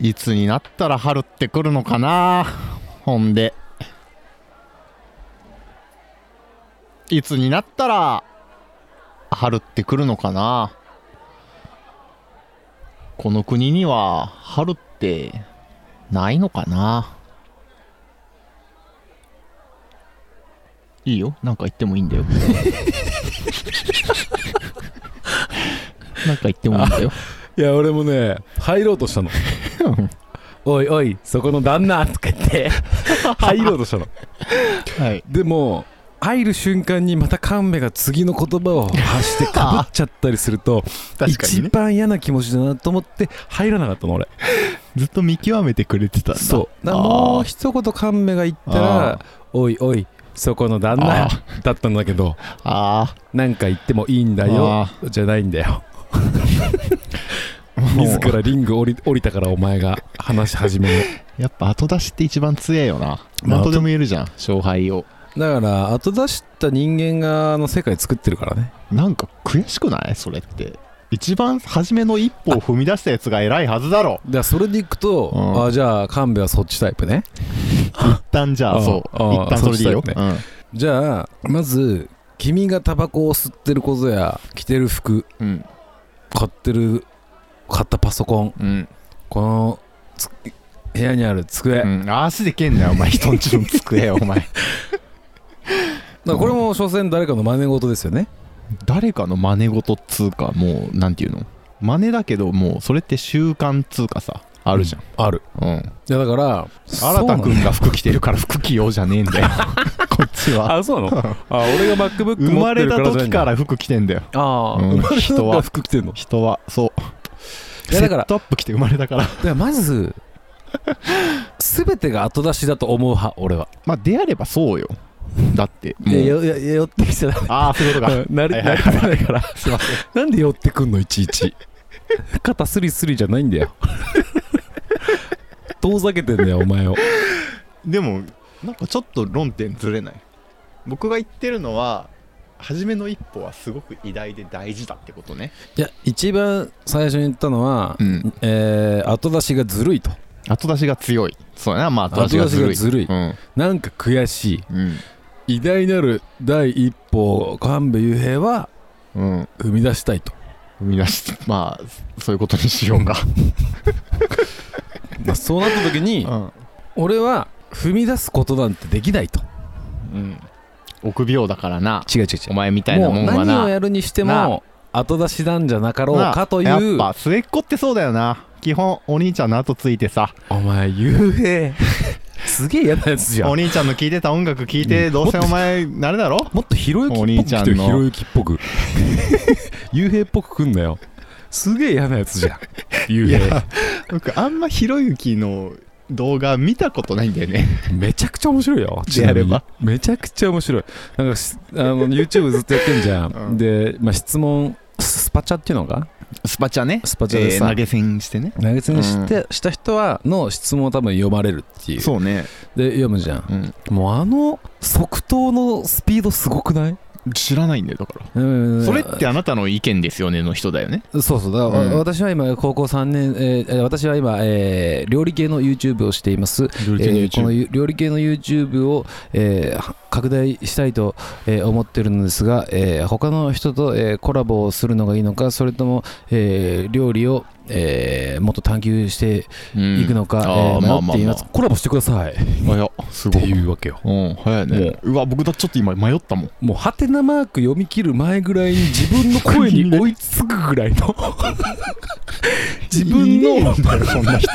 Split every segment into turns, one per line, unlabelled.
いつになったら春ってくるのかなほんでいつになったら春ってくるのかなこの国には春ってないのかないいよなんか言ってもいいんだよ なんか言ってもいいんだよ
いや俺もね入ろうとしたの おいおいそこの旦那とか言って 入ろうとしたの
はい
でも入る瞬間にまた神戸が次の言葉を発してかぶっちゃったりする と一番嫌な気持ちだなと思って入らなかったの俺
ずっと見極めてくれてたんだ
そうだ
あー
もう一言神戸が言った
あ
ら「おいおいそこの旦那
あ」
だったんだけど
あ
なんか言ってもいいんだよ
あ
じゃないんだよ
あ
自
もう
らリング降り降りたからお前が話し始める
やっぱ後出しって一番強えよな
ま
何
あ
とでも言えるじゃん勝敗を
だから後出した人間があの世界作ってるからね
なんか悔しくないそれって一番初めの一歩を踏み出したやつが偉いはずだろ
だからそれでいくと、
うん
あじゃあ神戸はそっちタイプね
一旦じゃ
う
あ
ん
そう
うん
一旦それでいいよ、
そうし
うん
じゃあまず君がタバコを吸ってることや着てる服
うん
買ってる買ったパソコン
うん
このつ部屋にある机、だ
う
か
ん、足で蹴んなよお前人んちの 机お前
らこれも所詮誰かの真似事ですよね
誰かの真似事っつうかもうなんていうの真似だけどもうそれって習慣っつうかさあるじゃん
ある
うん、
いやだから
新田
そうなの
君が服着てるから服着ようじゃねえん だよこっちは
あそうなのあ俺が MacBook 持ってるから
生まれた時からら服着てんだよ
ああ、
うん
生まれた時
人
から
は
服着てんの
人はそう
いやだから
セットアップ着て生まれたから
だからまず全てが後出しだと思う派俺は
まあであればそうよだってもう
でよよ寄ってきちゃダメ
ああそういうことか
なる
はい
な
はい
り
はい
たないから
すいません
なんで寄ってくんのいちいち肩スリスリじゃないん だよ遠ざけてんだよお前を
でもなんかちょっと論点ずれない僕が言ってるのは初めの一歩はすごく偉大で大事だってことね
いや一番最初に言ったのは、
うん
えー後出しがずるいと
後出しが強いそうやなまあ
後出しがずるい
うん
なんか悔し
うん
い偉大なる第一歩を神戸雄平は
うん
踏み出したいと、
生み出しまあそういうことにしようか、
まあそうなった時に
ん
俺は踏み出すことなんてできないと
うん、臆病だからな
違う違う違
お前みたいな
も
も
うん
は
何を
な
やるにして
な
も後出しなんじゃなかろうかとい
なやっ
う
ぱ末っ子ってそうだよな基本お兄ちゃんの後ついてさ
お前幽閉 すげえ嫌なやつじゃん
お兄ちゃんの聴いてた音楽聴いて、どうせお前なれだろ
もっとひろゆきっぽ
お
く
兄
来
ちゃ
て
ん
よ
の
ひろゆきっぽく幽閉っぽく来んなよすげえ嫌なやつじゃん幽
い
閉
や僕あんまひろゆきの動画見たことないんだよね
めちゃくちゃ面白いよ
で
ちなみに
あれば
めちゃくちゃ面白いなんかしあの YouTube ずっとやってんじゃん、
うん
で、まあ、質問スパチャっていうのが
スパチャね
スパチャでさ
投げ銭してね
投げ銭して、した人はの質問を多分読まれるっていう
うね、
で読むじゃん
うん、
もうあの即答のスピードすごくない
知らないんだよだからそれってあなたの意見ですよねの人だよね
そうそうだから、
うん
わ私は今高校3年、えーえー私は今、えー料理系の YouTube をしています、
料
えーこのゆ料理系の YouTube を、えーは拡大したいと、えー思ってるのですが、えー他の人と、えーコラボをするのがいいのかそれとも、えー料理を、えーもっと探求していくのか、えー迷っています、コラボしてくださいっ
早っすご
て
い
いうわけよ
うん早い
も
ねうわ僕だってちょっと今迷ったもん
もうハテナマーク読み切る前ぐらいに自分の声に追いつくぐら いの自分
いねえ
の
よそんな人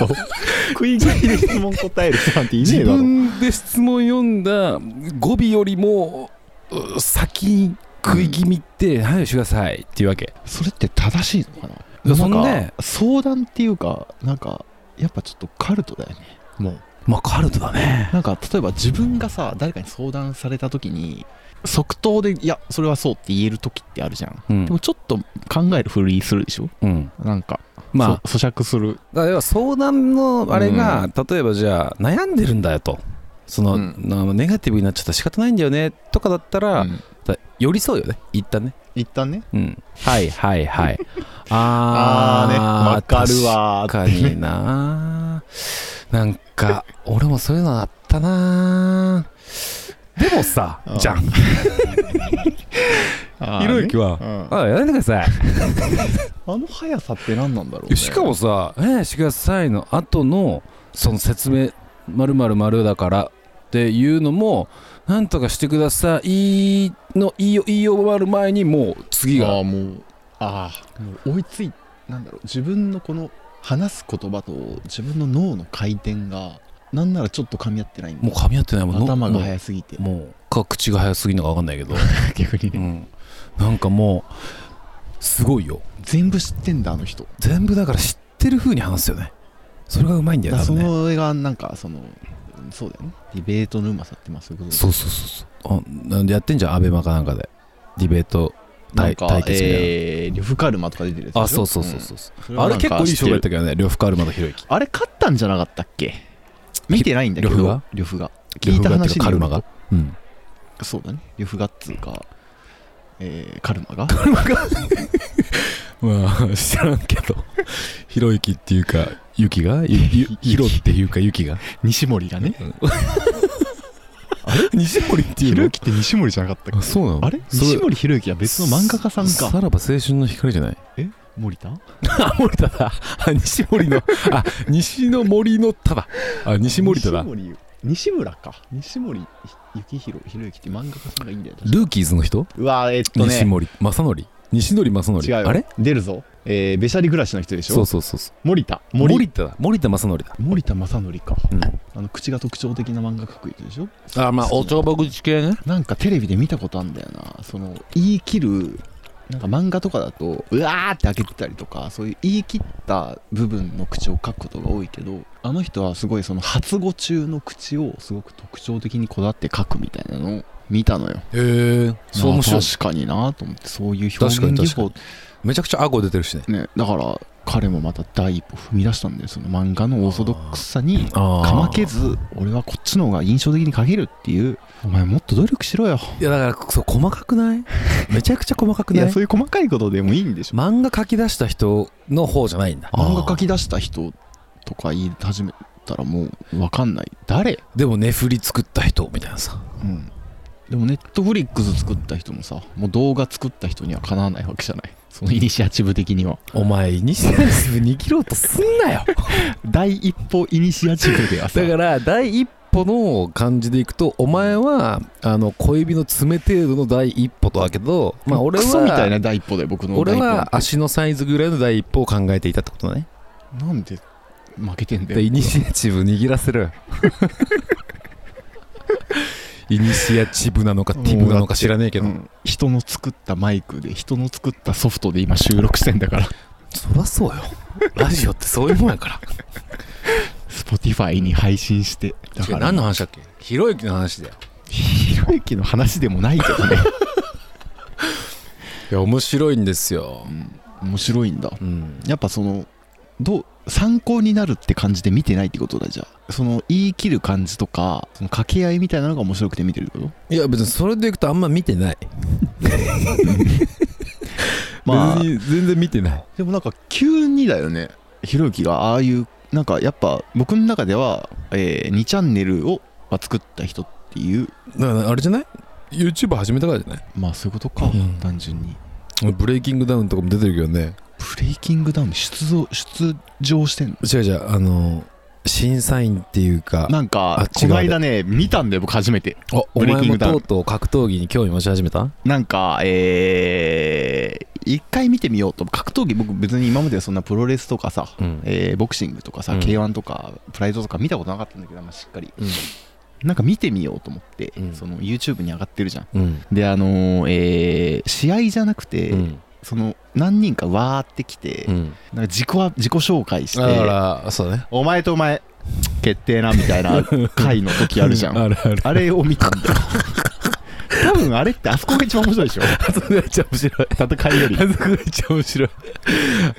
食い気味で質問答える人なんていね
自
えだろ
分で質問読んだ語尾よりもう先に食い気味って「はいしてください」っていうわけ
それって正しいのか
いや
な
そんで
なんか相談っていうかなんかやっぱちょっとカルトだよねもう
まあカルトだね
なんか例えば自分がさ誰かに相談された時に即答で「いやそれはそう」って言える時ってあるじゃん、
うん
でもちょっと考えるふりするでしょ
うん
なんか、
まあ
そ咀嚼する
だから相談のあれが、例えばじゃあ悩んでるんだよとその、
うん
なネガティブになっちゃったら仕方ないんだよねとかだったら、
うん
だ寄り添うよね一旦ね
一旦ね
うんはいはいはい
あーね
あー
わかるわー
確かにななんか俺もそういうのあったなでもさ
うん
じゃん
あーね
ひろゆきは
うん
あやめてください
あの速さって何なんだろう、
え
ね、
しかもさ「えー、してください」の後のその説明「まるまるまるだから」っていうのも「なんとかしてください」の言い言い終わる前にもう次
あ
が
あもうああもう追いついなんだろう自分のこの話す言葉と自分の脳の回転がなんならちょっと噛み合ってないんだ
もう噛み合ってないもん
頭が
い
速すぎて
もうか口が早すぎるのか分かんないけど、
逆に
う
ね
ん、なんかもうすごいよ
全部知ってんだあの人
全部だから知ってる風に話すよねそれがうまいんだ
だ
よ
から
ね
そ
多分ね
の映画なんかそのそうだよねディベートのうまさってまあそういうことだよね
そうそうそうそうあなんでやってんじゃんアベマかなんかでディベート
なんか
対対決みたいな
えー、リョフカルマとか出てるやつでしょ
あそうそうそうそう、
うん
あれ結構いい勝負やっ
それはなんか知ってる
たけどね、呂布カルマとひろゆき。
あれ勝ったんじゃなかったっけ見てないんだけど
呂布が
呂布が聞いた話によ
カル
ると
マが。うん。
そうだね呂布がっつうか、えー、カルマが
まあ、知らんけど、 ひろゆきっていうか、ゆきが、 ゆゆひろっていうか、ゆきが。
西森がね
あれ西森ってい
ひ
う
ろゆ
の
きって西森じゃなかったっ
あ、そうなの
けあれ
そ
西森ひろゆきは別の漫画家さん
さ
か
らば青春の光じゃない
森田
あ、森田だ。あ、西森の、あ、西の森の田だ。あ、西森田だ。
西森西村か西森幸宏ひろゆきって漫画家さんがいいんだよ確か
ルーキーズの人
うわーえっと
西
ね
森正則。西森正
違う
則。
よ
あれ
出るぞえー、べしゃり暮らしの人でしょ
そうそうそうそう。
森田森
森田だ。森田正則だ。
森田正則か、
うん
あの口が特徴的な漫画描く人でしょ
あ、ま
あおち
ょぼ口系ね。
なんかテレビで見たことあんだよなその言い切るなんか漫画とかだとうわーって開けてたりとかそういう言い切った部分の口を書くことが多いけどあの人はすごいその発語中の口をすごく特徴的にこだわって書くみたいなのを見たのよ
へえ、そう面白い。
確かになと思ってそういう表
確か
現
に
技
確かに
法
めちゃくちゃ顎出てるしね。
ねだから彼もまた第一歩踏み出したんだよその漫画のオーソドックスさに
あ
かまけず俺はこっちの方が印象的に書けるっていうお前もっと努力しろよ
いやだからそう細かくないめちゃくちゃ細かく
い
ない
やそういう細かいことでもいいんでしょ
漫画書き出した人の方じゃないんだ
漫画書き
あ
出した人とか言い始めたらもう分かんない誰、
ーでもね振り作った人みたいなさ
うん、でもネットフリックス作った人もさもう動画作った人にはかなわないわけじゃないそのイニシアチブ的には
お前イニシアチブ握ろうとすんなよ
第一歩イニシアチブではさ
だから第一歩の感じでいくとお前はあの小指の爪程度の第一歩とだけどまあ俺
クソみたい
は
な第一歩で僕の
俺
第一歩
は足のサイズぐらいの第一歩を考えていたってことだね
なんで負けてんだよ
でイニシアチブ握らせ るイニシアチブなのかティブなのか知らねえけど、
うん人の作ったマイクで人の作ったソフトで今収録してんだから
そりゃそうよラジオってそういうもんやから
Spotify に配信してだ
違
から
う何の 話だっけひろゆきの話だよ
ひろゆきの話でもないけどね、
いや面白いんですよ
面白いんだ
うん
やっぱそのどう参考になるって感じで見てないってことだじゃあその言い切る感じとかその掛け合いみたいなのが面白くて見てるってこと
いや別にそれでいくとあんま見てない
まあ
別に全然見てない
でもなんか急にだよねひろゆきがああいうなんかやっぱ僕の中では、え2チャンネルをまあ作った人っていう
だからあれじゃない YouTube 始めたからじゃない
まあそういうことか、
うん
単純に
ブレイキングダウンとかも出てるけどね
ブレイキングダウンに出場出場してんの
違う違うあの審査員っていうか
なん
あ
か
違
こ
う
の間ね見たんだよ僕初めて
あお
ブレイ
前
キン
も
グダウン
とうとう格闘技に興味持ち始めた
なんか、えー、一回見てみようと、格闘技、僕、別に今までそんなプロレスとかさ、
うん
えーボクシングとかさ、
うん
K1 とか、プライドとか見たことなかったんだけど、まあ、しっかり、
うん
なんか見てみようと思って、
うん
その YouTube に上がってるじゃん。
うん
で、あのーえー試合じゃなくて、
うん
その何人かわーってきて、
うん
なんか自己は自己紹介し
だ
て、
からそうだね
お前とお前、決定なみたいな回の時あるじゃん。
あるある
あれを見 たんだよ。多分あれってあそこが一番面白いでしょ
あそこが一番面白い
戦いより
あそこが一番面白い。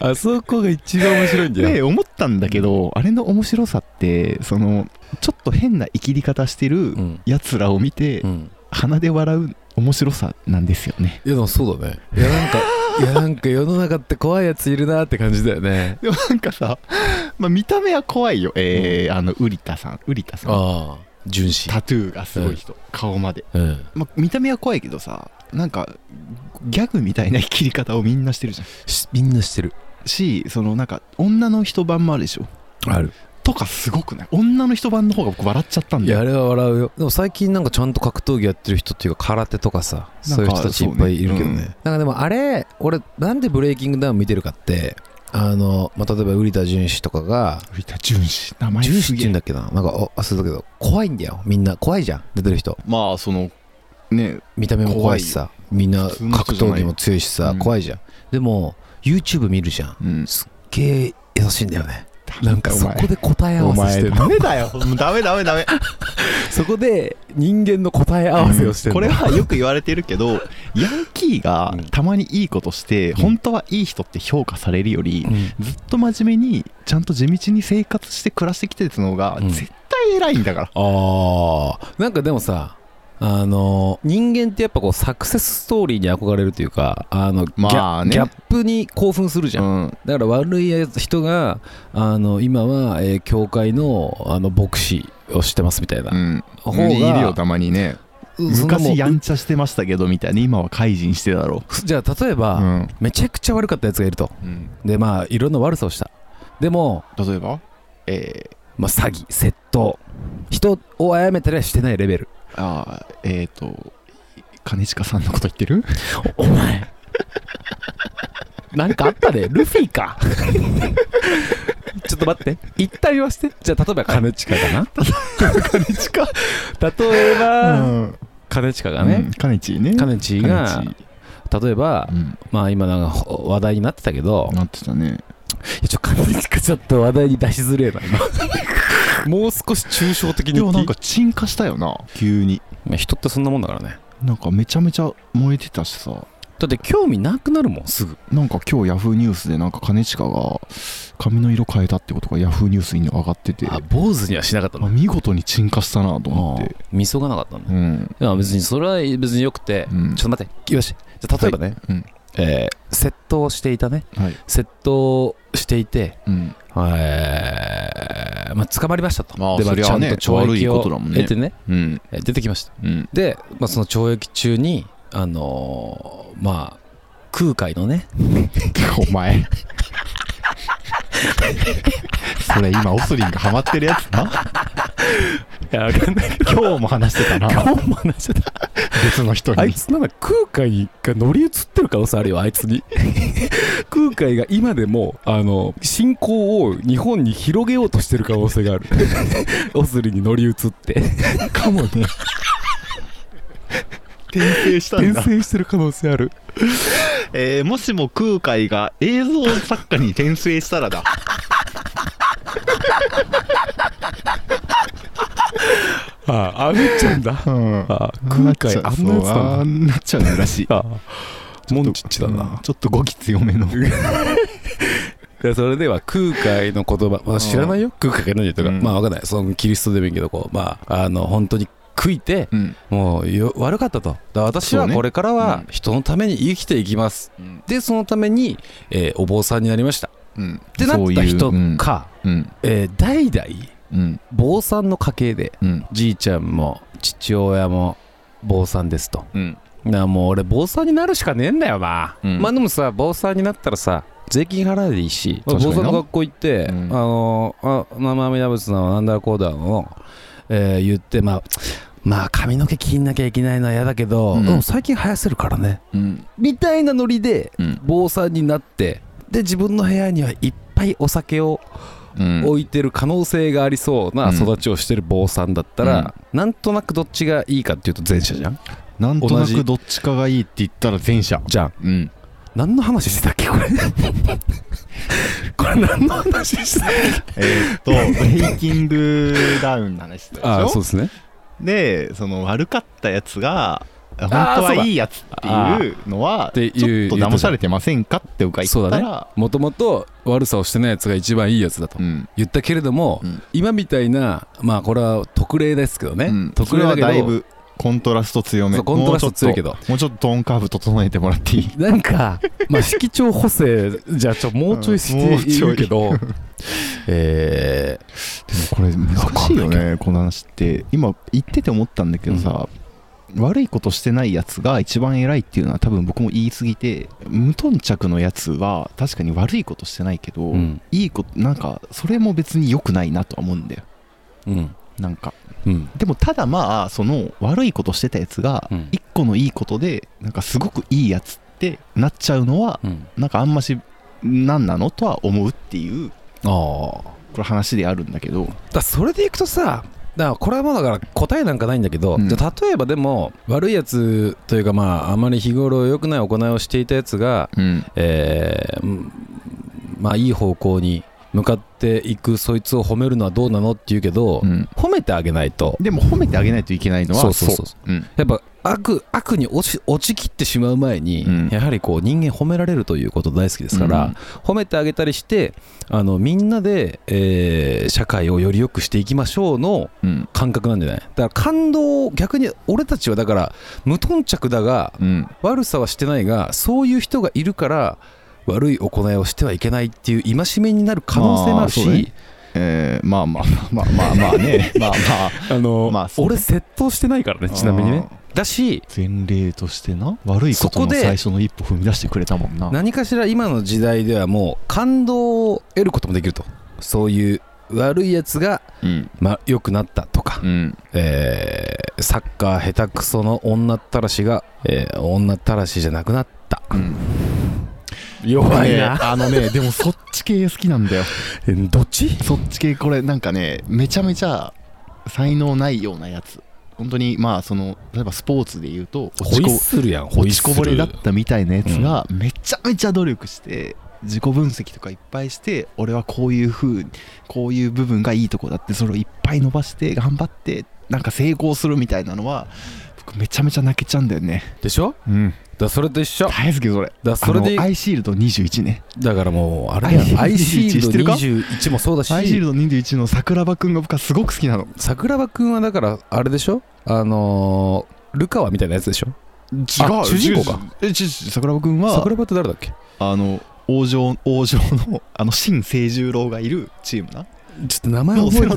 あそこが一番面白いんだよ。
で思ったんだけどあれの面白さってそのちょっと変な生きり方してる
うん。
やつらを見て
うん。
鼻で笑う面白さなんですよね
いやでもそうだねいやなんかいやなんか世の中って怖いやついるなって感じだよね
でもなんかさ、まあ、見た目は怖いよえーあのウリタさんウリタさん
ああ純真
タトゥーがすごい人、顔まで、
うん
まあ、見た目は怖いけどさなんかギャグみたいな切り方をみんなしてるじゃ
しみんなしてる
んしそのなんか女の一晩もあるでしょ
ある
とかすごくない女の一晩の方が僕笑っちゃったん
い
だ
やあ
よ
れは笑うよでも最近なんかちゃんと格闘技やってる人っていうか空手とかさ
なんか
そういう人たちいっぱいいるけどね
そうね
なんかでもあれ俺なんでブレイキングダウン見てるかってあの、まあ、例えば瓜田純子とかが
ウリタ純子名前
純子
す
って
げ
言うん
え
だっけななんかお忘れたけど怖いんだよみんな怖いじゃん出てる人
まあそのね
見た目も怖いしさみんな
普通の人
格
じゃ
闘
ない
技も強いしさ、
うん
怖いじゃんでも YouTube 見るじゃん
うん
すっげえ優しいんだよねなんか
お
そ
前
こで答え合
お
わせし
前
てる
ダメだよ もうダメダメダメ
そこで人間の答え合わせをしてる
これはよく言われてるけ どヤンキーがたまにいいことして、
ん
本当はいい人って評価されるより、
うん
ずっと真面目にちゃんと地道に生活して暮らしてきてるのが
うん
絶対偉いんだから、
あーなんかでもさあの人間ってやっぱこうサクセスストーリーに憧れるというかあのギャ,、
まあね
ギャップに興奮するじゃん、
うん
だから悪いやつ人があの今は、えー教会のあの牧師をしてますみたいな、
うん
方が
いるよたまにね
そんなもん
昔やんちゃしてましたけどみたいに今は改心してたろ
じゃあ例えば、
うん
めちゃくちゃ悪かったやつがいると
うん
でまあいろんな悪さをしたでも、
例えばえー
まあ、詐欺窃盗人を殺めたりはしてないレベル
あーえっ、と兼近さんのこと言ってる
お前なんかあったでルフィかちょっと待って一体言わしてじゃあ例えば兼近だな
兼近
例えば、
うん
兼近がね、
兼近ね
兼近が例えば
うん
まあ今なんかほ話題になってたけど
なってたね
いやちょ兼近ちょっと話題に出しづれえな今もう少し抽象的に
で
言
も
っ
な
てい
いんか沈下したよな急に
まあ人ってそんなもんだからね
なんかめちゃめちゃ燃えてたしさ
だって興味なくなるもんすぐ
なんか今日ヤフーニュースでなんか兼近が髪の色変えたってことがヤフーニュースに上がってて
あ坊主にはしなかった
あ
の
見事に沈下したなと思って
みそがなかったんだ
うん
いや別にそれは別によくて、
うん
ちょっと待ってよしじゃあ例えばね、
うん
えー窃盗をしていたね
はい
窃盗をしていて、
うん
えーまあ、捕まりましたと、
まあ
でま
そりゃね
ちゃんと懲
悪い
役
こ
を
とだもんね
得てね
うん
えー出てきました
うん
で、まあ、その懲役中にあのーまあ空海のね
お前 それ今オスリンが ハマってるやつな今日も話してたな
今日も話してた
別の人
あい
に
つなんだ空海が乗り移ってる可能性あるよあいつ に空海が今でもあの信仰を日本に広げようとしてる可能性 があるオスリに乗り移って
かもね転生したん
転
だ、
生してる可能性ある
えーもしも空海が映像作家に転生したらだ
あああめっちゃうんだ
うん
あ空海あんなやつ
あ
なんだ
んなっちゃうらしい
あモンチッチだな
ちょっと語気強めの
でそれでは空海の言葉、まあ、知らないよ空海が何言ってるか、
うん
まあわかんないそのキリストでもいいけどこうまああの本当に悔いて
うん
もうよ悪かったとだから私
そう
は
ね
これから
う
は
ん
人のために生きていきます、でそのために、えーお坊さんになりました
うん
ってなった人か、
うん
えー代々
うん
坊さんの家系で
うん
じいちゃんも父親も坊さんですと
うん
なあもう俺坊さんになるしかねえんだよな、
うん
まあでもさ坊さんになったらさ税金払えばいいし坊
確かにな
さんの学校行って、
うん
あのあ生阿弥陀仏のなんだこうだの、えー言ってまあまあ髪の毛切んなきゃいけないのは嫌だけど、
うん
でも最近生やせるからね
うん
みたいなノリで
うん
坊さんになってで自分の部屋にはいっぱいお酒を
うん
置いてる可能性がありそうな育ちをしてる坊さんだったら、なんとなくどっちがいいかっていうと前者じゃん
なんとな
同じ
くどっちかがいいって言ったら前者
じゃん
うん
何の話してたっけこれ これ何の話してたっ
えーっ とブレイキングダウンの話だ
け
でしょ
うですね
でその悪かったやつが本当
あーそう
は
だ
いいやつっていうのはち
っ
ょ
て
っと
いう
騙されてませんかって僕が言ったら
もともと悪さをしてないやつが一番いいやつだと
うん
言ったけれども、
うん
今みたいなまあこれは特例ですけどね、
うん
特
そ
例
れ
だ
は
けど
だいぶコントラスト強め
そうコントラスト強いけど
もうちょっともうちょっとトーンカーブ整えてもらっていい
なんか、まあ、色調補正じゃちょもうちょい
うんもう
してい
ちょい
るけ ど、え
これ難しいよ
わかん
ねこの話って今言ってて思ったんだけどさ、悪いことしてないやつが一番偉いっていうのは多分僕も言い過ぎて無頓着のやつは確かに悪いことしてないけど、
ーうん
いいことなんかそれも別に良くないなとは思うんだよ
うん
なんか
うん
でもただまあその悪いことしてたやつが
うん
一個のいいことでなんかすごくいいやつってなっちゃうのは
うん
なんかあんまし何なのとは思うっていう
ああ
これ話であるんだけど
だからそれでいくとさだからこれはもうだから答えなんかないんだけど、
うん
じゃあ例えばでも悪いやつというかまああまり日頃良くない行いをしていたやつが、
うん
えーうんまあいい方向に向かっていくそいつを褒めるのはどうなのって言うけど、
うん
褒めてあげないと
でも褒めてあげないといけないのは
そうそうそう
ううん
やっぱ悪悪に落ち落ちきってしまう前に、
うん
やはりこう人間褒められるということ大好きですから、褒めてあげたりしてあのみんなで、えー社会をより良くしていきましょうの
うん
感覚なんじゃないだから感動を逆に俺たちはだから無頓着だが
うん
悪さはしてないがそういう人がいるから悪い行いをしてはいけないっていう戒めになる可能性もあるし、
まあそうねえーまあまあまあまあまあ ねまあまあ
あの
まあそうね
俺窃盗してないからねちなみにねだし
前例としてな悪いこ
そ
と
こ
の
で
最初の一歩踏み出してくれたもんな
何かしら今の時代ではもう感動を得ることもできるとそういう悪いやつが、
うん
まあ、良くなったとか、
うん
えーサッカー下手くその女ったらしが、えー女ったらしじゃなくなった
うん
弱い
ね
な、
あのねでもそっち系好きなんだよ
えどっち
そっち系これなんかねめちゃめちゃ才能ないようなやつ本当にまあその例えばスポーツで言うと落
ホ
ち
イッ
こ
スルやんホイ
落
ッ
ち
ス
こ
ル
ぼれだったみたいなやつがめちゃめちゃ努力して自己分析とかいっぱいして俺はこういう風にこういう部分がいいとこだってそれをいっぱい伸ばして頑張ってなんか成功するみたいなのは僕めちゃめちゃ泣けちゃうんだよね
でしょ
うん
だそれと一緒だ
大好きそれ
それ
あ
で
のアイシールド21ね
だからもうあれだよア
ア
イ
イ
シ
シ
ー
ールド
ルド
21
21もそうだし
アイシールド21の桜庭くんが僕はすごく好きなの
桜庭君はだからあれでしょあのー、ルカワみたいなやつでしょ
違う
あ主人公か
えち桜庭くんは
桜庭って誰だっけ
あの王城王城の あの新清十郎がいるチームな
ちょっと名前覚えてね
能性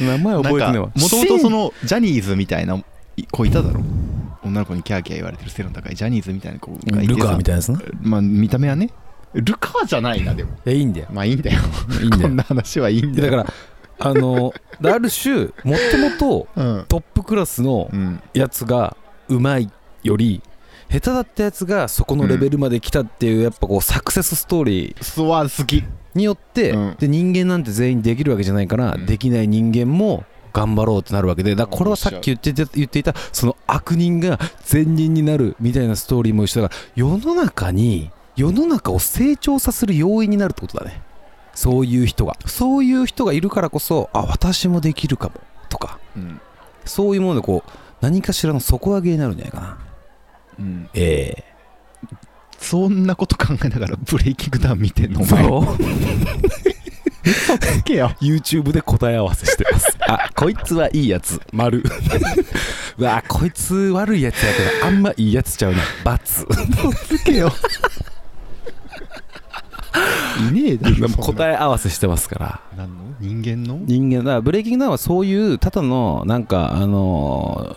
えわ名前覚えてねえわ
もともとそのジャニーズみたいない子いただろ女の子にキャーキャー言われてる背の高いジャニーズみたいな子がいて
ルカ
さ
みたいなやつな
まあ見た目はねルカじゃないなでも
いやいいんだよ
まあいいんだよ
いいんだ
こ
よ
んな話はいいんだ
だ
よ
からあのーである種もとも
う
と
ん
トップクラスの
うん
やつがうまいより下手だったやつがそこのレベルまで来たっていうやっぱこうサクセスストーリー
そうは好き
によって、
うん
で人間なんて全員できるわけじゃないから、
うん
できない人間も頑張ろうってなるわけでだからこれはさっき言ってた言っていたその悪人が善人になるみたいなストーリーも一緒だから世の中に世の中を成長させる要因になるってことだねそういう人がそういう人がいるからこそあ私もできるかもとか
うん
そういうものでこう何かしらの底上げになるんじゃないかな
うん
ええ
そんなこと考えながらブレイキングダウン見てんのお 前
そう
つけよ
YouTube で答え合わせしてます あこいつはいいやつ 丸うわこいつ悪いやつやけどあんまいいやつちゃうな×
つけよいねえだろ
答え合わせしてますから
えなんの人間の
人間だからブレイキングダウンはそういうただのなんかあの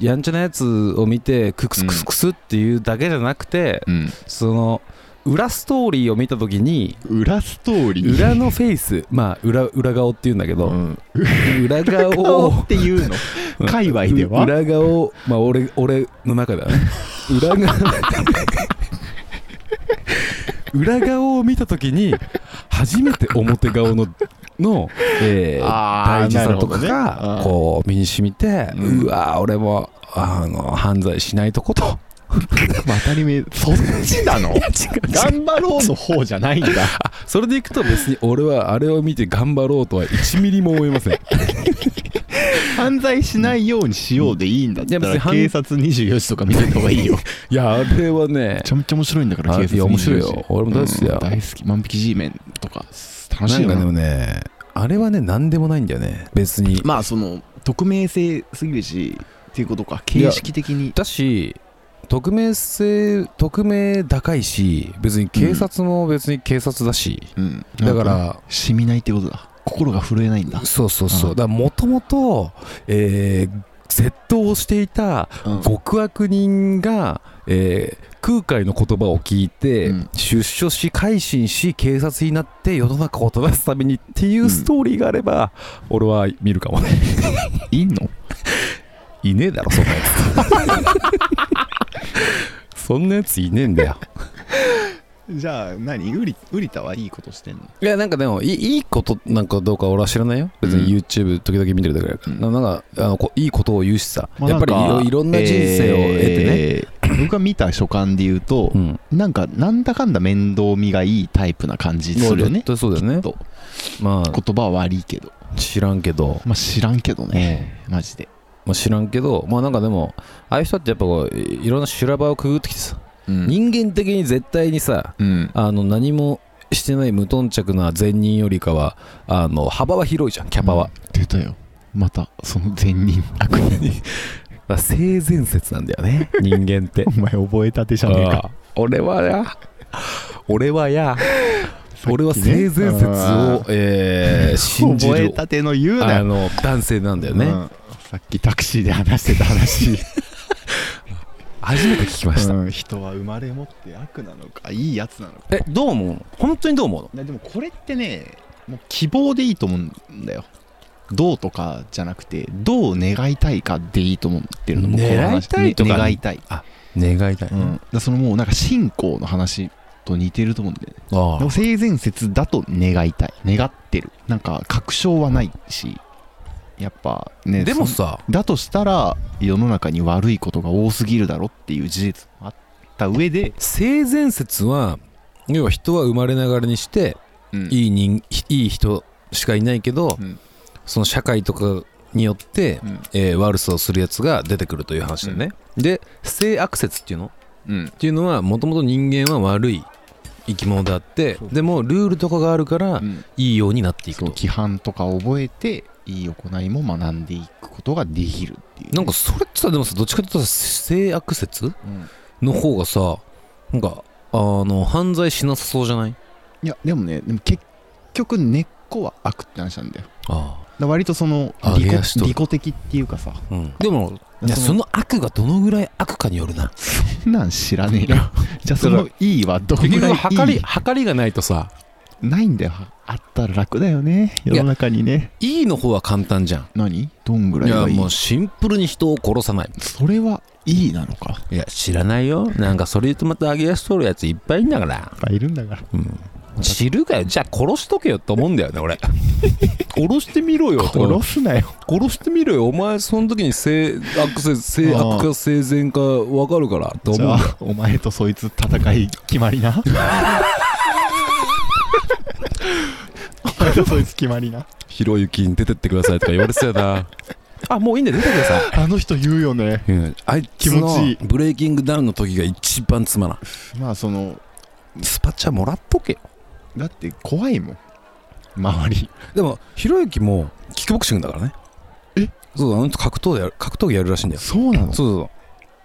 ーやんちゃなやつを見てククスクスクスっていうだけじゃなくて、
うん
その裏ストーリーを見た時に
裏ストーリー
裏のフェイスまあ裏裏顔っていうんだけど、
うん
裏顔
顔
を
っていうの
うん
界隈では
裏顔まあ俺俺の中ではね裏顔裏顔を見た時に初めて表顔のの、えー
あー
大事さと
なるほど
かが、
ねうん
こう身に染みて、う
うん
わー俺もあの犯罪しないとこと
まあ当たり前そっちなの頑張ろうの方じゃないんだ
それでいくと別に俺はあれを見て頑張ろうとは1ミリも思い ません
犯罪しないようにしようでいいんだった
いや別に
ら
犯
警察24時とか見てた方がいいよ め
いやあれはね
ちゃめちゃ面白いんだから
あ
警察
いや面白い
24時
よ俺も大好きだよ
うん大好き万引き G メンとか楽
な
しい
ん
よ
か
な
でもねあれはね何でもないんだよね別に
まあその匿名性すぎるしっていうことか形式的に
だし匿名性匿名高いし別に警察も別に警察だし、
うん
だか
なん
ら
染みないってことだ心が震えないんだ、
そうそうそう、
うん
だからもともと、えー窃盗をしていた
うん
極悪人が、えー空海の言葉を聞いて、
うん
出所し改心し警察になって世の中を正すためにっていうストーリーがあれば、俺は見るかもね
いいの
いねえだろそんなやつ そんなやついねえんだよ
じゃあ何ウリウリタはいいことしてんの
いやなんかでもいいいいことなんかどうか俺は知らないよ別に
うん
YouTube 時々見てるだけだから、
う
ななんかあのこういいことを言うしさ、やっぱりい
まあ
ろ
んか
いろんな人生を得てね、
えー僕が見た所感で言うと、
うん
なんかなんだかんだ面倒見がいいタイプな感じするよ
もう
ね
絶対そうだよね
きっと
まあ
言葉は悪いけど
知らんけど、
まあ知らんけどね、マジで、
まあ、知らんけどまあなんかでもああいう人ってやっぱこういいろんな修羅場をくぐってきてさ、
うん
人間的に絶対にさ
うん、
あの何もしてない無頓着な善人よりかはあの幅は広いじゃんキャパは、
出たよまたその善人悪 人
だから性善説なんだよ ね人間って
お前覚えたてじゃねえか
ああ俺はや俺はや
さっきね
俺は性善説
あ
を、えー信じ
覚え
る
たての言うな
あ
よ
の男性なんだよね、
うんさっきタクシーで話してた話
初めて聞きました、
うん人は生まれ持って悪なのかいいやつなのか
えどう思うの本当にどう思うの
でもこれってねもう希望でいいと思うんだよどうとかじゃなくてどう願いたいかでいいと思ってるの僕は
願いたいとか
ね願いたい、
願いたい、
うん、だからそのもうなんか信仰の話と似てると思うんだよね
あ
でも性善説だと願いたい願ってるなんか確証はないしやっぱね
でも
そ
さ
だとしたら世の中に悪いことが多すぎるだろっていう事実もあった上で、
性善説は要は人は生まれながらにして
い
いい人いい人しかいないけど、
うん
その社会とかによって、
うん
えー悪さをするやつが出てくるという話だよね、で性悪説っていうの
うん
っていうのはもともと人間は悪い生き物であって
そう
でもルールとかがあるから
うん
いいようになっていく
そう
と
規範とか覚えていい行いも学んでいくことができるっていう
なんかそれってさでもさどっちかというとさ性悪説
うん
の方がさなんかあの犯罪しなさそうじゃない
いやでもねでも結局根っこは悪って話なんだよだか
あ
ら割とその
あ
利
い
己
やしとる
利己的っていうかさ
あうんでもいや
その
その悪がどのぐらい悪かによるな
そんなん知らねえよじゃあそのいいはどうぐらいいい
計りがないとさ
ないんだよあったら楽だよね世の中にね
いいの方は簡単じゃん
何どんぐら
い
い
や
がいい
もうシンプルに人を殺さない
それはいいなのか
いや知らないよなんかそれ言うとまた揚げ足取るやついっぱいいんだから
いるんだから
うん、知るかよじゃあ殺しとけよって思うんだよね 俺殺してみろよって
殺すなよ
殺してみろよお前その時に性悪せ性悪か性善か分かるからと思うん
じ
だ
ゃ
よ
あお前とそいつ戦い決まりなお前とそいつ決まりな
ひろゆきに出てってくださいとか言われてたよな あもういいんだよ出てください
あの人言うよね
うんあいつ
気持
の
ちいい
ブレイキングダウンの時が一番つまら
まあその
んスパチャもらっとけよ
だって怖いもん周り
でもひろゆきもキックボクシングだからね
え
そうだあの人格闘でやる格闘技やるらしいんだよ
そうなの
そうそう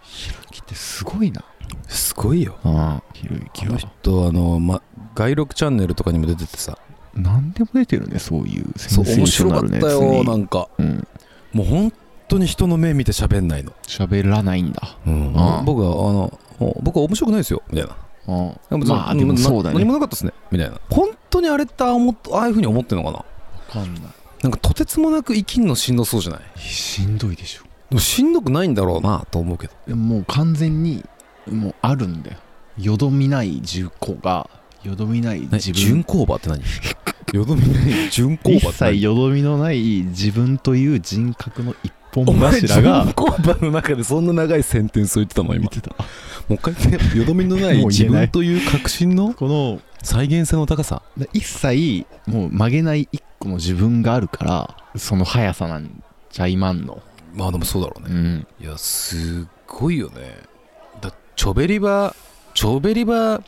ひろゆきってすごいな
そうすごいよ
ああひろゆき
あの
は
人あの、ま、外録チャンネルとかにも出ててさ
何でも出てるねそういう
そう面白かったよ
な
なんんか
うん
もう本当に人の目見て喋んないの、
喋らないんだ
うん
ああ
僕はあのもう僕は面白くないですよみたいな
ああ
別に
まあでも
な
そうだ
何
ね
もなかったですねみたいな本当にあれってああ思っああいうふうに思ってんのかな
分かんない
なんかとてつもなく生きんのしんどそうじゃない
しんどいでしょ
でもしんどくないんだろうなと思うけど
でももう完全にもうあるんだよよどみない重工がよどみない自分
純工場って何よどみない純工
一
場って
切
何
よどみのない自分という人格の一本
お前
柱
純
が
工場の中でそんな長いセンテンスを言ってたの
見
今
てた
もう一回言ってよどみのな
もう
い
言
自
えない
分という確信の
この
再現性の高さ
だ一切もう曲げない一個の自分があるからその速さなんちゃいまんの
まあでもそうだろうね
うん
いやすっごいよねだチョベリバチョベリバ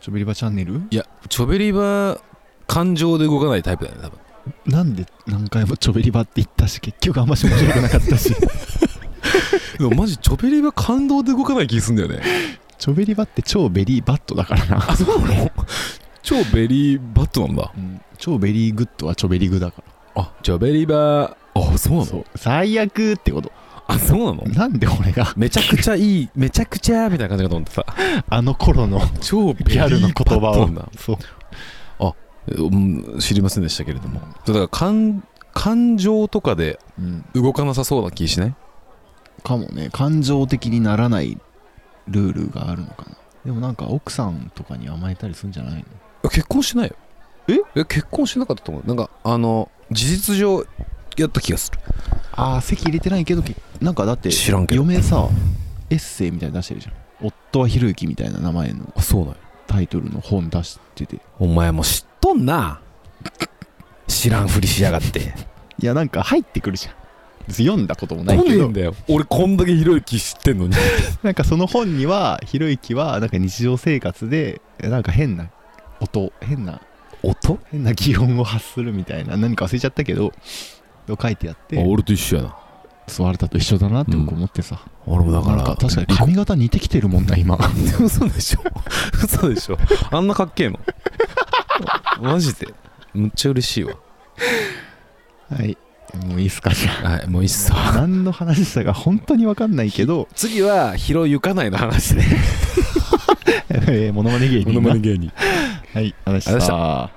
ちょびりばチャンネル
いやチョベリバ感情で動かないタイプだよね多分
なんで何回もちょびりばって言ったし結局あんまし面白くなかったし
でもマジチョベリは感動で動かない気すんだよね
チョベリバって超ベリーバットだからな、
あそうなの超ベリーバットなんだ
超ベリーグッドはチョベリグだか
あチョベリバーあそう
ら
なの
最悪ってこと
あそうなの
なんで俺が
めちゃくちゃいいめちゃくちゃみたいな感じかと思ってさ
あの頃の
超ベ
ギ
リー
ャルの言
バッ
葉
ト
を
なんだ
そう
うん知りませんでしたけれどもだから感感情とかで
うん、
動かなさそうな気しない
かもね感情的にならないルールがあるのかなでもなんか奥さんとかに甘えたりするんじゃないの
え結婚してないよえ結婚してなかったと思うなんかあの事実上やった気がする
ああ席入れてないけどけなんかだって
知らんけど
嫁さエッセイみたいに出してるじゃん夫はひろゆきみたいな名前の
あそうなんや
タイトルの本出してて
お前も知っとんな知らんふりしやがって
いやなんか入ってくるじゃん別に読んだこともな
な
い
い
け
け
ど
どだよ俺こんだけひろゆき知ってんのに
なんかその本にはひろゆきはなんか日常生活でなんか変な音変な
音
変な擬音を発するみたいな何か忘れちゃったけどと書いてあって
俺と一緒やな
座れたと一緒だなって僕思ってさ、
俺もだから
なんか確かに髪型似てきてるもんな 今
嘘でしょ嘘でしょあんなかっけえのマジでむっちゃ嬉しいわ
はいもういいっすかじゃ
はいもういいっす
あ 何の話したか本当に分かんないけ ど
次はひろゆかないの 話で
えーモノマネ芸人な
芸人
はい話した